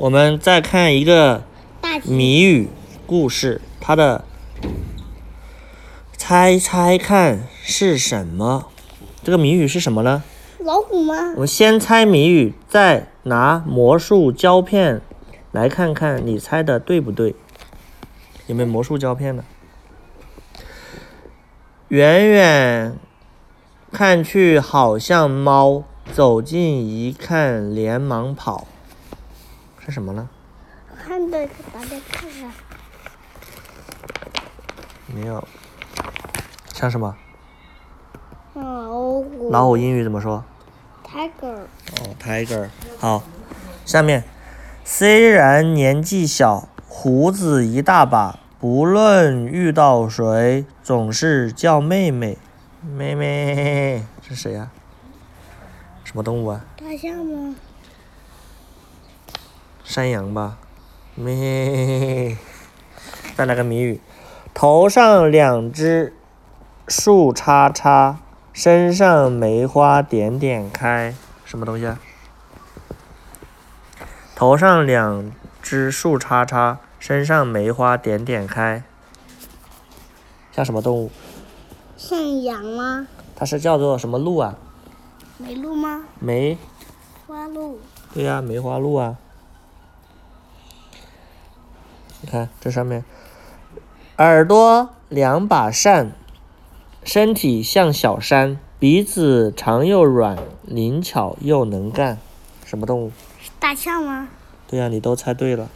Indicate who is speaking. Speaker 1: 我们再看一个
Speaker 2: 大题
Speaker 1: 谜语故事，它的猜猜看是什么？这个谜语是什么呢？
Speaker 2: 老虎吗
Speaker 1: 我？们先猜谜语，再拿魔术胶片来看看你猜的对不对。有没有魔术胶片呢？远远看去好像猫，走近一看连忙跑，是什么呢？
Speaker 2: 我看到一个答在看上，
Speaker 1: 没有，像什么？
Speaker 2: 老虎。
Speaker 1: 老虎英语怎么说？
Speaker 2: Tiger。
Speaker 1: 哦，Tiger。好，下面，虽然年纪小，胡子一大把，不论遇到谁，总是叫妹妹。妹妹，这谁呀、什么动物啊？
Speaker 2: 大象吗？
Speaker 1: 山羊吧？妹。 再来个谜语，头上两只树叉叉，身上梅花点点开，什么东西啊？头上两只树叉叉，身上梅花点点开，像什么动物？
Speaker 2: 像羊吗？
Speaker 1: 它是叫做什么鹿啊？
Speaker 2: 梅鹿吗？
Speaker 1: 梅
Speaker 2: 花鹿。
Speaker 1: 对呀、梅花鹿啊。你看这上面，耳朵两把扇，身体像小山，鼻子长又软，灵巧又能干，什么动物？
Speaker 2: 大象吗？
Speaker 1: 对呀、你都猜对了。